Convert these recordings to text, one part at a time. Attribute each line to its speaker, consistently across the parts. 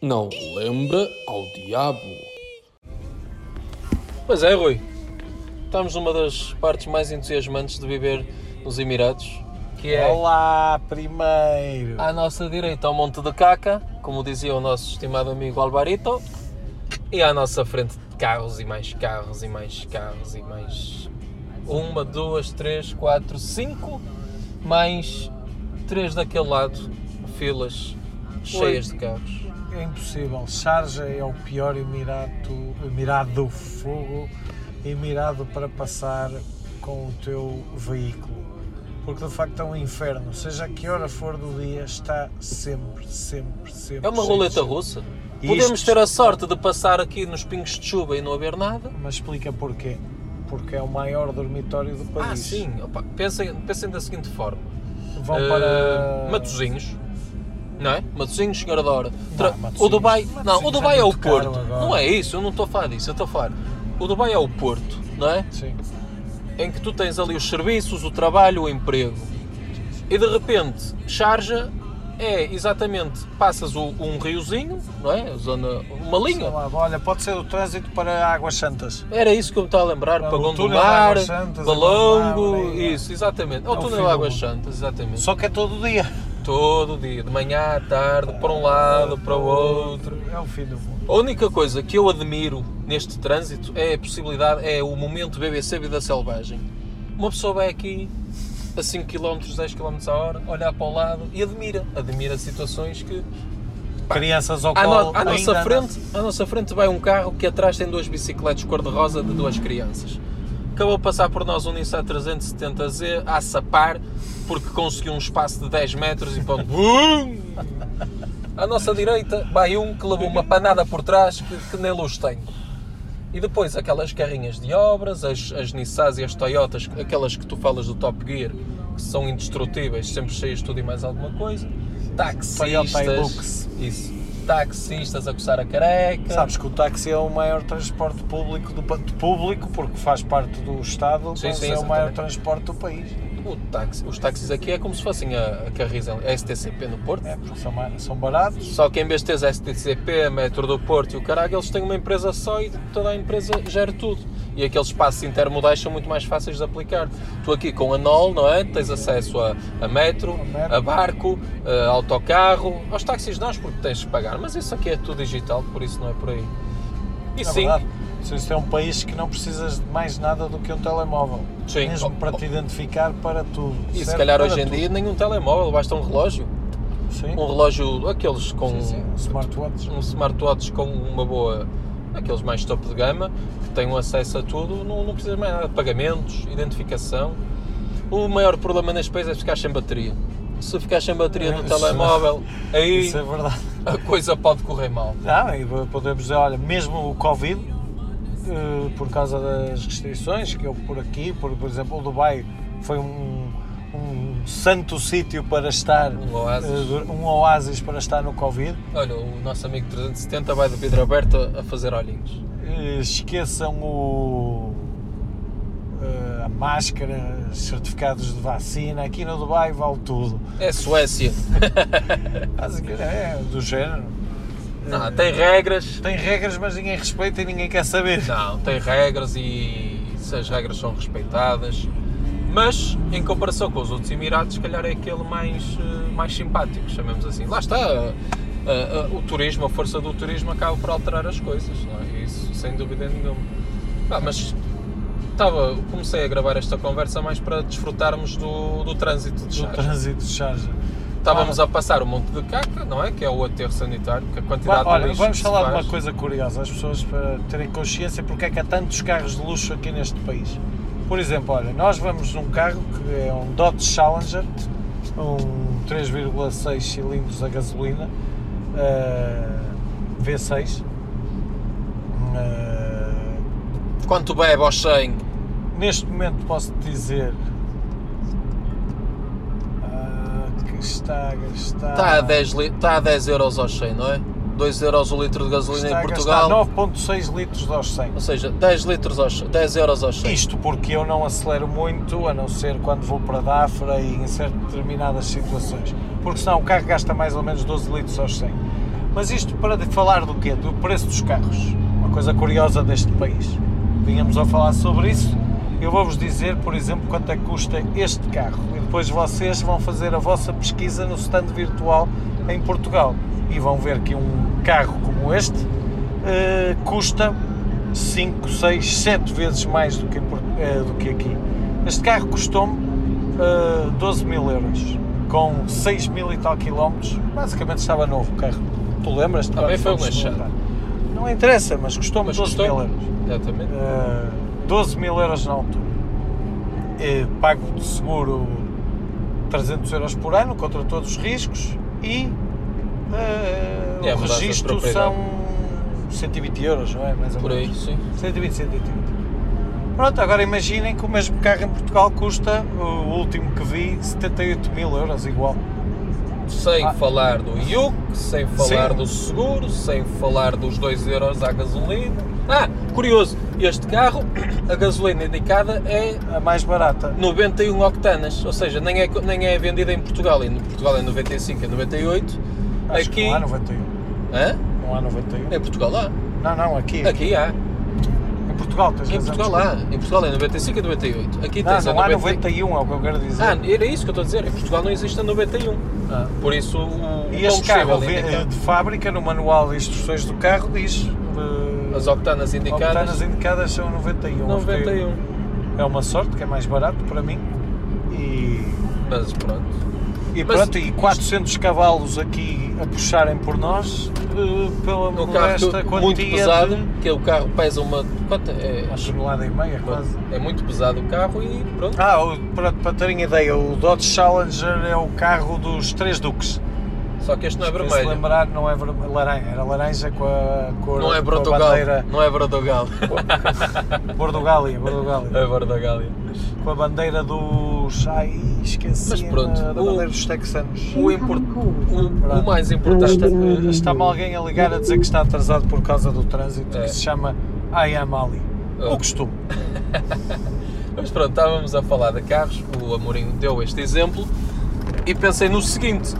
Speaker 1: Não lembra ao diabo.
Speaker 2: Pois é, Rui. Estamos numa das partes mais entusiasmantes de viver nos Emirados, que é
Speaker 3: Olá, primeiro!
Speaker 2: à nossa direita ao Monte de Caca, como dizia o nosso estimado amigo Alvarito, e à nossa frente carros e mais carros e mais carros e mais uma, duas, três, quatro, cinco, mais três daquele lado, filas cheias de carros.
Speaker 3: É impossível. Sharjah é o pior emirado, emirado do fogo, emirado para passar com o teu veículo. Porque de facto é um inferno. Seja a que hora for do dia, está sempre, sempre, sempre.
Speaker 2: É uma
Speaker 3: cheio,
Speaker 2: roleta
Speaker 3: cheio.
Speaker 2: russa.
Speaker 3: Isto-
Speaker 2: Podemos ter a sorte de passar aqui nos pingos de chuva e não haver nada.
Speaker 3: Mas explica porquê. Porque é o maior dormitório do país.
Speaker 2: Ah, sim. Opa, pensem, pensem da seguinte forma.
Speaker 3: Vão
Speaker 2: Eh,
Speaker 3: para.
Speaker 2: Matosinhos. Não é? Matosinhos, Senhora da Hora. Tra- o
Speaker 3: Matosinhos-
Speaker 2: Dubai, não, o
Speaker 3: Matosinhos
Speaker 2: Dubai
Speaker 3: é
Speaker 2: é o
Speaker 3: muito caro
Speaker 2: Porto.
Speaker 3: agora.
Speaker 2: Não é isso, eu não estou a falar disso, eu estou a falar. O Dubai é o Porto, não é?
Speaker 3: Sim.
Speaker 2: Em que tu tens ali os serviços, o trabalho, o emprego. E de repente, Sharjah é exatamente, passas o- um riozinho, não é? Zona, uma linha.
Speaker 3: Sei lá, olha, pode ser do trânsito para Águas Santas.
Speaker 2: Era isso que eu me estava a lembrar,
Speaker 3: Não,
Speaker 2: para
Speaker 3: É o
Speaker 2: Gondomar,
Speaker 3: túnel de Águas Santas,
Speaker 2: Balongo,
Speaker 3: Gondomar, aí,
Speaker 2: isso, exatamente. Ou
Speaker 3: É o
Speaker 2: túnel
Speaker 3: fim
Speaker 2: de
Speaker 3: do
Speaker 2: Águas
Speaker 3: mundo.
Speaker 2: Santas, exatamente.
Speaker 3: Só que é todo dia.
Speaker 2: Todo dia, de manhã à tarde, para um lado, para o outro.
Speaker 3: É o fim do mundo.
Speaker 2: A única coisa que eu admiro neste trânsito é a possibilidade, é o momento BBC Vida Selvagem. Uma pessoa vai aqui a 5 km, 10 km a hora, olhar para o lado e admira. Admira situações que
Speaker 3: Crianças ao
Speaker 2: à,
Speaker 3: colo.
Speaker 2: no- à nossa
Speaker 3: ainda
Speaker 2: frente, à nossa frente vai um carro que atrás tem duas bicicletas cor-de-rosa de duas crianças. Acabou de passar por nós um Nissan 370Z a sapar porque conseguiu um espaço de 10 metros e pronto. Bum! À nossa direita vai um que levou uma panada por trás que, que nem luz tem. E depois aquelas carrinhas de obras, as, as Nissans e as Toyotas, aquelas que tu falas do Top Gear, que são indestrutíveis, sempre cheias de tudo e mais alguma coisa.
Speaker 3: Toyota
Speaker 2: Taxistas.
Speaker 3: Hilux.
Speaker 2: Isso. Taxistas a coçar a careca.
Speaker 3: Sabes que o táxi é o maior transporte público do pa- de público porque faz parte do Estado,
Speaker 2: Sim,
Speaker 3: mas
Speaker 2: sim,
Speaker 3: é o maior
Speaker 2: exatamente.
Speaker 3: transporte do país. né?
Speaker 2: O táxi- os táxis aqui é como se fossem a, a Carris, a STCP no Porto.
Speaker 3: É, porque são, ma- são baratos.
Speaker 2: Só que em vez de teres a STCP, a Metro do Porto e o caralho, eles têm uma empresa só e toda a empresa gera tudo. E aqueles passos intermodais são muito mais fáceis de aplicar. Tu aqui com a NOL, não é? Tens acesso a, a metro,
Speaker 3: metro.
Speaker 2: a barco, a autocarro, aos táxis não, porque tens de pagar. Mas isso aqui é tudo digital, por isso não é por aí. E
Speaker 3: é
Speaker 2: sim,
Speaker 3: verdade. Se Isto é um país que não precisas de mais nada do que um telemóvel.
Speaker 2: Sim.
Speaker 3: Mesmo para te identificar para tudo.
Speaker 2: e se
Speaker 3: Serve
Speaker 2: calhar
Speaker 3: para
Speaker 2: hoje em
Speaker 3: tudo.
Speaker 2: dia nem um telemóvel, basta um relógio.
Speaker 3: Sim.
Speaker 2: Um relógio, aqueles com
Speaker 3: Sim, sim. Smartwatch.
Speaker 2: um smartwatch com uma boa, aqueles mais topo de gama, que tenham acesso a tudo, não, não precisas mais nada de pagamentos, identificação. O maior problema neste país é ficar sem bateria. Se ficar sem bateria no
Speaker 3: Isso.
Speaker 2: telemóvel, aí
Speaker 3: É, Isso é verdade.
Speaker 2: a coisa pode correr mal.
Speaker 3: Não, e podemos dizer, olha, mesmo o Covid, eh, por causa das restrições que houve por aqui, por, por exemplo, o Dubai foi um, um santo sítio para estar,
Speaker 2: Um oásis.
Speaker 3: eh, dur- um oásis para estar no Covid.
Speaker 2: Olha, o nosso amigo 370 vai de vidro aberto a- a fazer olhinhos.
Speaker 3: Eh, Esqueçam o, eh, a máscara, certificados de vacina, aqui no Dubai vale tudo.
Speaker 2: É Suécia.
Speaker 3: Basicamente é do género.
Speaker 2: Não, Ah, tem regras.
Speaker 3: Tem regras, mas ninguém respeita e ninguém quer saber.
Speaker 2: Não, tem regras e se as regras são respeitadas. Mas, em comparação com os outros Emirados, se calhar é aquele mais, eh, mais simpático, chamemos assim. Lá está, eh, eh, o turismo, a força do turismo acaba por alterar as coisas, não é? Isso, sem dúvida nenhuma. Ah, mas estava, comecei a gravar esta conversa mais para desfrutarmos do, do trânsito de
Speaker 3: Do
Speaker 2: Chaves.
Speaker 3: trânsito de Sharjah.
Speaker 2: Estávamos a passar o Monte de Caca, não é? Que é o aterro sanitário, que a quantidade
Speaker 3: Olha,
Speaker 2: de lixo
Speaker 3: vamos
Speaker 2: que se
Speaker 3: falar de
Speaker 2: faz-
Speaker 3: uma coisa curiosa, as pessoas para terem consciência porque é que há tantos carros de luxo aqui neste país. Por exemplo, olha, nós vamos num carro que é um Dodge Challenger, um 3,6 cilindros a gasolina, eh, V6. Eh,
Speaker 2: Quanto bebe ao 100?
Speaker 3: neste momento posso te dizer ah, que está a
Speaker 2: Está
Speaker 3: gastar.
Speaker 2: Tá a 10, li- está a 10 euros ao 100, não é? 2 euros o litro de gasolina
Speaker 3: está
Speaker 2: em
Speaker 3: a
Speaker 2: Portugal.
Speaker 3: gastar 9,6 litros de aos 100.
Speaker 2: Ou seja, 10, litros aos, 10 euros ao 100.
Speaker 3: Isto porque eu não acelero muito, a não ser quando vou para Dafra e em certas determinadas situações. Porque senão o carro gasta mais ou menos 12 litros aos 100. Mas isto para de falar do quê? Do preço dos carros. Uma coisa curiosa deste país. Vínhamos a falar sobre isso. Eu vou-vos dizer, por exemplo, quanto é que custa este carro. E depois vocês vão fazer a vossa pesquisa no stand virtual em Portugal. E vão ver que um carro como este eh, custa 5, 6, 7 vezes mais do que, em Port- eh, do que aqui. Este carro custou-me eh, 12 mil euros, com 6 mil e tal quilómetros. Basicamente estava novo o carro. Tu lembras-te?
Speaker 2: Também
Speaker 3: quando
Speaker 2: foi uma
Speaker 3: fomos
Speaker 2: chata.
Speaker 3: experimentar? Não interessa, mas custou-me
Speaker 2: Mas
Speaker 3: 12
Speaker 2: custou.
Speaker 3: mil euros.
Speaker 2: Exatamente.
Speaker 3: Eh, 12 mil euros na altura. Eh, pago de seguro 300 euros por ano contra todos os riscos e eh,
Speaker 2: É, a
Speaker 3: o
Speaker 2: mudança de
Speaker 3: registro
Speaker 2: propriedade.
Speaker 3: são 120 euros, não é? Mais ou
Speaker 2: Por aí,
Speaker 3: menos.
Speaker 2: sim.
Speaker 3: 120, 130. Pronto, agora imaginem que o mesmo carro em Portugal custa, o último que vi, 78 mil euros igual.
Speaker 2: Sem
Speaker 3: Ah.
Speaker 2: falar do IUC, sem falar
Speaker 3: Sim.
Speaker 2: do seguro, sem falar dos 2 euros à gasolina. Ah, curioso, este carro, a gasolina indicada é
Speaker 3: A mais barata.
Speaker 2: 91 octanas, ou seja, nem é, co- nem é vendida em Portugal. Em Portugal é 95, é 98.
Speaker 3: Acho
Speaker 2: aqui.
Speaker 3: que um não há 91.
Speaker 2: Hã?
Speaker 3: Não há 91.
Speaker 2: Em Portugal há.
Speaker 3: Não, não, aqui.
Speaker 2: É- Aqui há.
Speaker 3: Em Portugal tens
Speaker 2: Em
Speaker 3: razão,
Speaker 2: Portugal
Speaker 3: desculpa.
Speaker 2: há. Em Portugal é 95 e 98. Aqui
Speaker 3: Não,
Speaker 2: tens
Speaker 3: Ah, não há
Speaker 2: a 90...
Speaker 3: 91, é o que eu quero dizer.
Speaker 2: Ah, era isso que eu estou a dizer. Em Portugal não existe a 91.
Speaker 3: Ah.
Speaker 2: Por isso o
Speaker 3: E este
Speaker 2: combustível
Speaker 3: carro, vê- eh,
Speaker 2: indicado,
Speaker 3: de fábrica, no manual de instruções do carro, diz eh,
Speaker 2: as octanas indicadas,
Speaker 3: octanas é indicadas são 91. Eu fiquei-
Speaker 2: 91.
Speaker 3: É uma sorte, que é mais barato para mim. E
Speaker 2: Mas pronto.
Speaker 3: E
Speaker 2: Mas-
Speaker 3: pronto, e 400 cavalos aqui a puxarem por nós, eh, pela
Speaker 2: É um carro
Speaker 3: modesta
Speaker 2: que- muito
Speaker 3: quantia
Speaker 2: pesado,
Speaker 3: de
Speaker 2: que é o carro pesa uma. Quanto é?
Speaker 3: uma tonelada e meia quase.
Speaker 2: É muito pesado o carro e pronto.
Speaker 3: Ah, o- para, para terem ideia, o Dodge Challenger é o carro dos três duques.
Speaker 2: Só que este não é
Speaker 3: Se
Speaker 2: vermelho.
Speaker 3: lembrar, não é vermelho, laranja, era laranja com a cor
Speaker 2: Não é
Speaker 3: com a
Speaker 2: Portugal.
Speaker 3: bandeira
Speaker 2: Não é Portugal.
Speaker 3: Bordogália, Bordogália.
Speaker 2: É Portugal.
Speaker 3: com a bandeira dos. Ai, esqueci.
Speaker 2: Mas pronto,
Speaker 3: da
Speaker 2: o-
Speaker 3: bandeira dos texanos.
Speaker 2: O, import... o, o mais importante. é
Speaker 3: Está- Está-me alguém a ligar a dizer que está atrasado por causa do trânsito,
Speaker 2: É.
Speaker 3: que se chama I am Ali.
Speaker 2: É.
Speaker 3: O costume.
Speaker 2: Mas pronto, estávamos a falar de carros, o Amorim deu este exemplo e pensei no seguinte: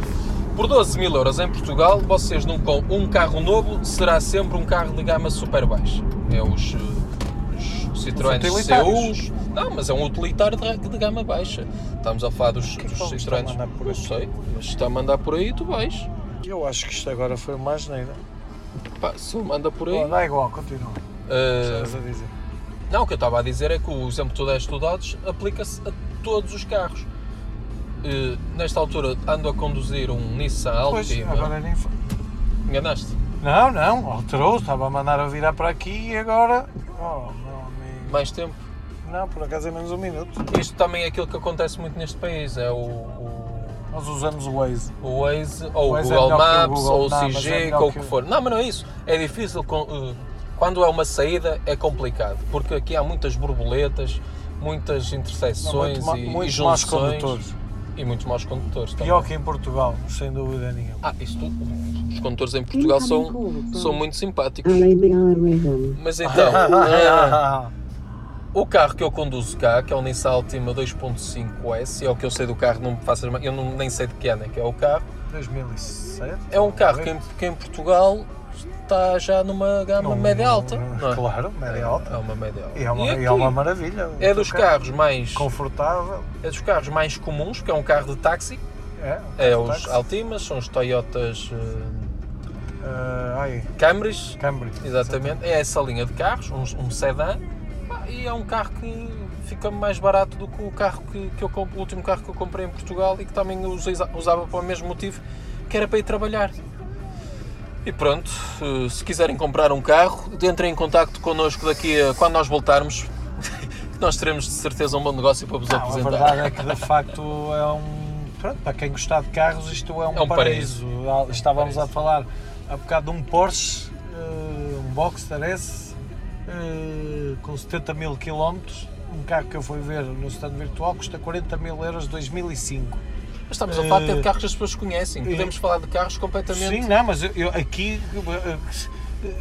Speaker 2: por 12 mil euros em Portugal, vocês não com um carro novo será sempre um carro de gama super baixa. É os, eh, os Citroën
Speaker 3: utilitários.
Speaker 2: CUs. Não, mas é um utilitário de, de gama baixa. Estamos a falar dos,
Speaker 3: que é que
Speaker 2: dos
Speaker 3: eles estão a
Speaker 2: Citroën.
Speaker 3: mandar por
Speaker 2: Não
Speaker 3: aqui?
Speaker 2: sei, mas se está a mandar por aí, tu vais.
Speaker 3: Eu acho que isto agora foi uma asneira.
Speaker 2: Pá, se ele manda por aí.
Speaker 3: Bom, dá igual, continua.
Speaker 2: eh,
Speaker 3: Estavas a dizer.
Speaker 2: Não, o que eu estava a dizer é que o exemplo todo é estudados aplica-se a todos os carros. Eh, nesta altura ando a conduzir um Nissan
Speaker 3: Pois, é
Speaker 2: Altima.
Speaker 3: agora nem foi.
Speaker 2: Enganaste?
Speaker 3: Não, não, alterou, estava a mandar a virar para aqui e agora. Oh, meu amigo.
Speaker 2: Mais tempo.
Speaker 3: Não, por acaso é menos um minuto.
Speaker 2: Isto também é aquilo que acontece muito neste país, é o, o,
Speaker 3: Nós usamos o Waze.
Speaker 2: o Waze, ou
Speaker 3: O
Speaker 2: o,
Speaker 3: Waze é
Speaker 2: Google
Speaker 3: melhor que o
Speaker 2: Maps,
Speaker 3: Google,
Speaker 2: ou o
Speaker 3: não, mas é
Speaker 2: CG,
Speaker 3: melhor
Speaker 2: ou o
Speaker 3: que
Speaker 2: que
Speaker 3: o-
Speaker 2: for. Não, mas não é isso. É difícil. com- eh, quando é uma saída é complicado, porque aqui há muitas borboletas, muitas
Speaker 3: Não,
Speaker 2: intersecções
Speaker 3: ma-
Speaker 2: e, e
Speaker 3: muito maus
Speaker 2: junções.
Speaker 3: condutores.
Speaker 2: E muitos maus condutores também.
Speaker 3: Pior que em Portugal, sem dúvida nenhuma.
Speaker 2: Ah, isto, os condutores em Portugal são, são muito simpáticos. Mas então, ah, o carro que eu conduzo cá, que é o Nissan Altima 2.5S, é o que eu sei do carro, não me faças mais- eu não, nem sei de que ano é que é o carro.
Speaker 3: 2007?
Speaker 2: É um carro que em, que em Portugal está já numa gama
Speaker 3: Não-
Speaker 2: média alta.
Speaker 3: não-
Speaker 2: Não é?
Speaker 3: Claro, média
Speaker 2: É
Speaker 3: alta.
Speaker 2: uma média alta.
Speaker 3: E é uma,
Speaker 2: E
Speaker 3: e é
Speaker 2: aqui?
Speaker 3: uma maravilha.
Speaker 2: É dos
Speaker 3: Tocar.
Speaker 2: carros mais
Speaker 3: Confortável.
Speaker 2: é dos carros mais comuns, porque é um carro de táxi.
Speaker 3: É,
Speaker 2: É
Speaker 3: um
Speaker 2: os
Speaker 3: táxi.
Speaker 2: Altimas, são os Toyotas eh,
Speaker 3: Ah, ai,
Speaker 2: Camrys,
Speaker 3: Camry.
Speaker 2: Exatamente, é essa linha de carros, um, um sedã, pá, e é um carro que fica mais barato do que o, carro que, que eu, comp- o último carro que eu comprei em Portugal e que também usei- usava para o mesmo motivo, que era para ir trabalhar. E pronto, eh, se quiserem comprar um carro, entrem em contacto connosco daqui a quando nós voltarmos, que nós teremos de certeza um bom negócio para vos
Speaker 3: Não, a
Speaker 2: apresentar.
Speaker 3: verdade é que de facto é um. Pronto, para quem gostar de carros, isto é um,
Speaker 2: É um
Speaker 3: paraíso. Estávamos
Speaker 2: paraíso.
Speaker 3: a falar há bocado de um Porsche, eh, um Boxster S, eh, com 70 mil quilómetros. Um carro que eu fui ver no stand virtual custa 40 mil euros 2005.
Speaker 2: Mas estamos a falar até de
Speaker 3: Eh,
Speaker 2: carros que as pessoas conhecem, podemos falar de carros completamente.
Speaker 3: Sim, não, mas eu, eu aqui eh, eh,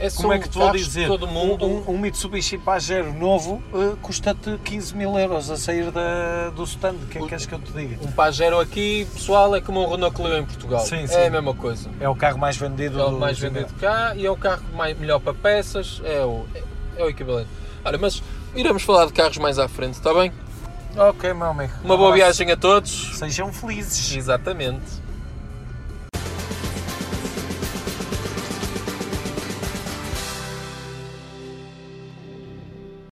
Speaker 2: É só
Speaker 3: Como é que te vou
Speaker 2: carros de
Speaker 3: dizer?
Speaker 2: Todo mundo.
Speaker 3: Um, um- um Mitsubishi Pajero novo eh, custa-te 15 mil euros a sair da- do stand. O que é que queres que eu te diga?
Speaker 2: Um Pajero aqui, pessoal, é como um Renault Clio em Portugal.
Speaker 3: Sim, sim.
Speaker 2: É a mesma coisa.
Speaker 3: É o carro mais vendido
Speaker 2: É o
Speaker 3: do-
Speaker 2: mais
Speaker 3: do
Speaker 2: vendido
Speaker 3: mercado.
Speaker 2: cá e é o carro mais, melhor para peças, é o, é, é o equivalente. Ora, mas iremos falar de carros mais à frente, está bem?
Speaker 3: Ok, meu amigo.
Speaker 2: Uma boa
Speaker 3: Abraço.
Speaker 2: viagem a todos.
Speaker 3: Sejam felizes.
Speaker 2: Exatamente.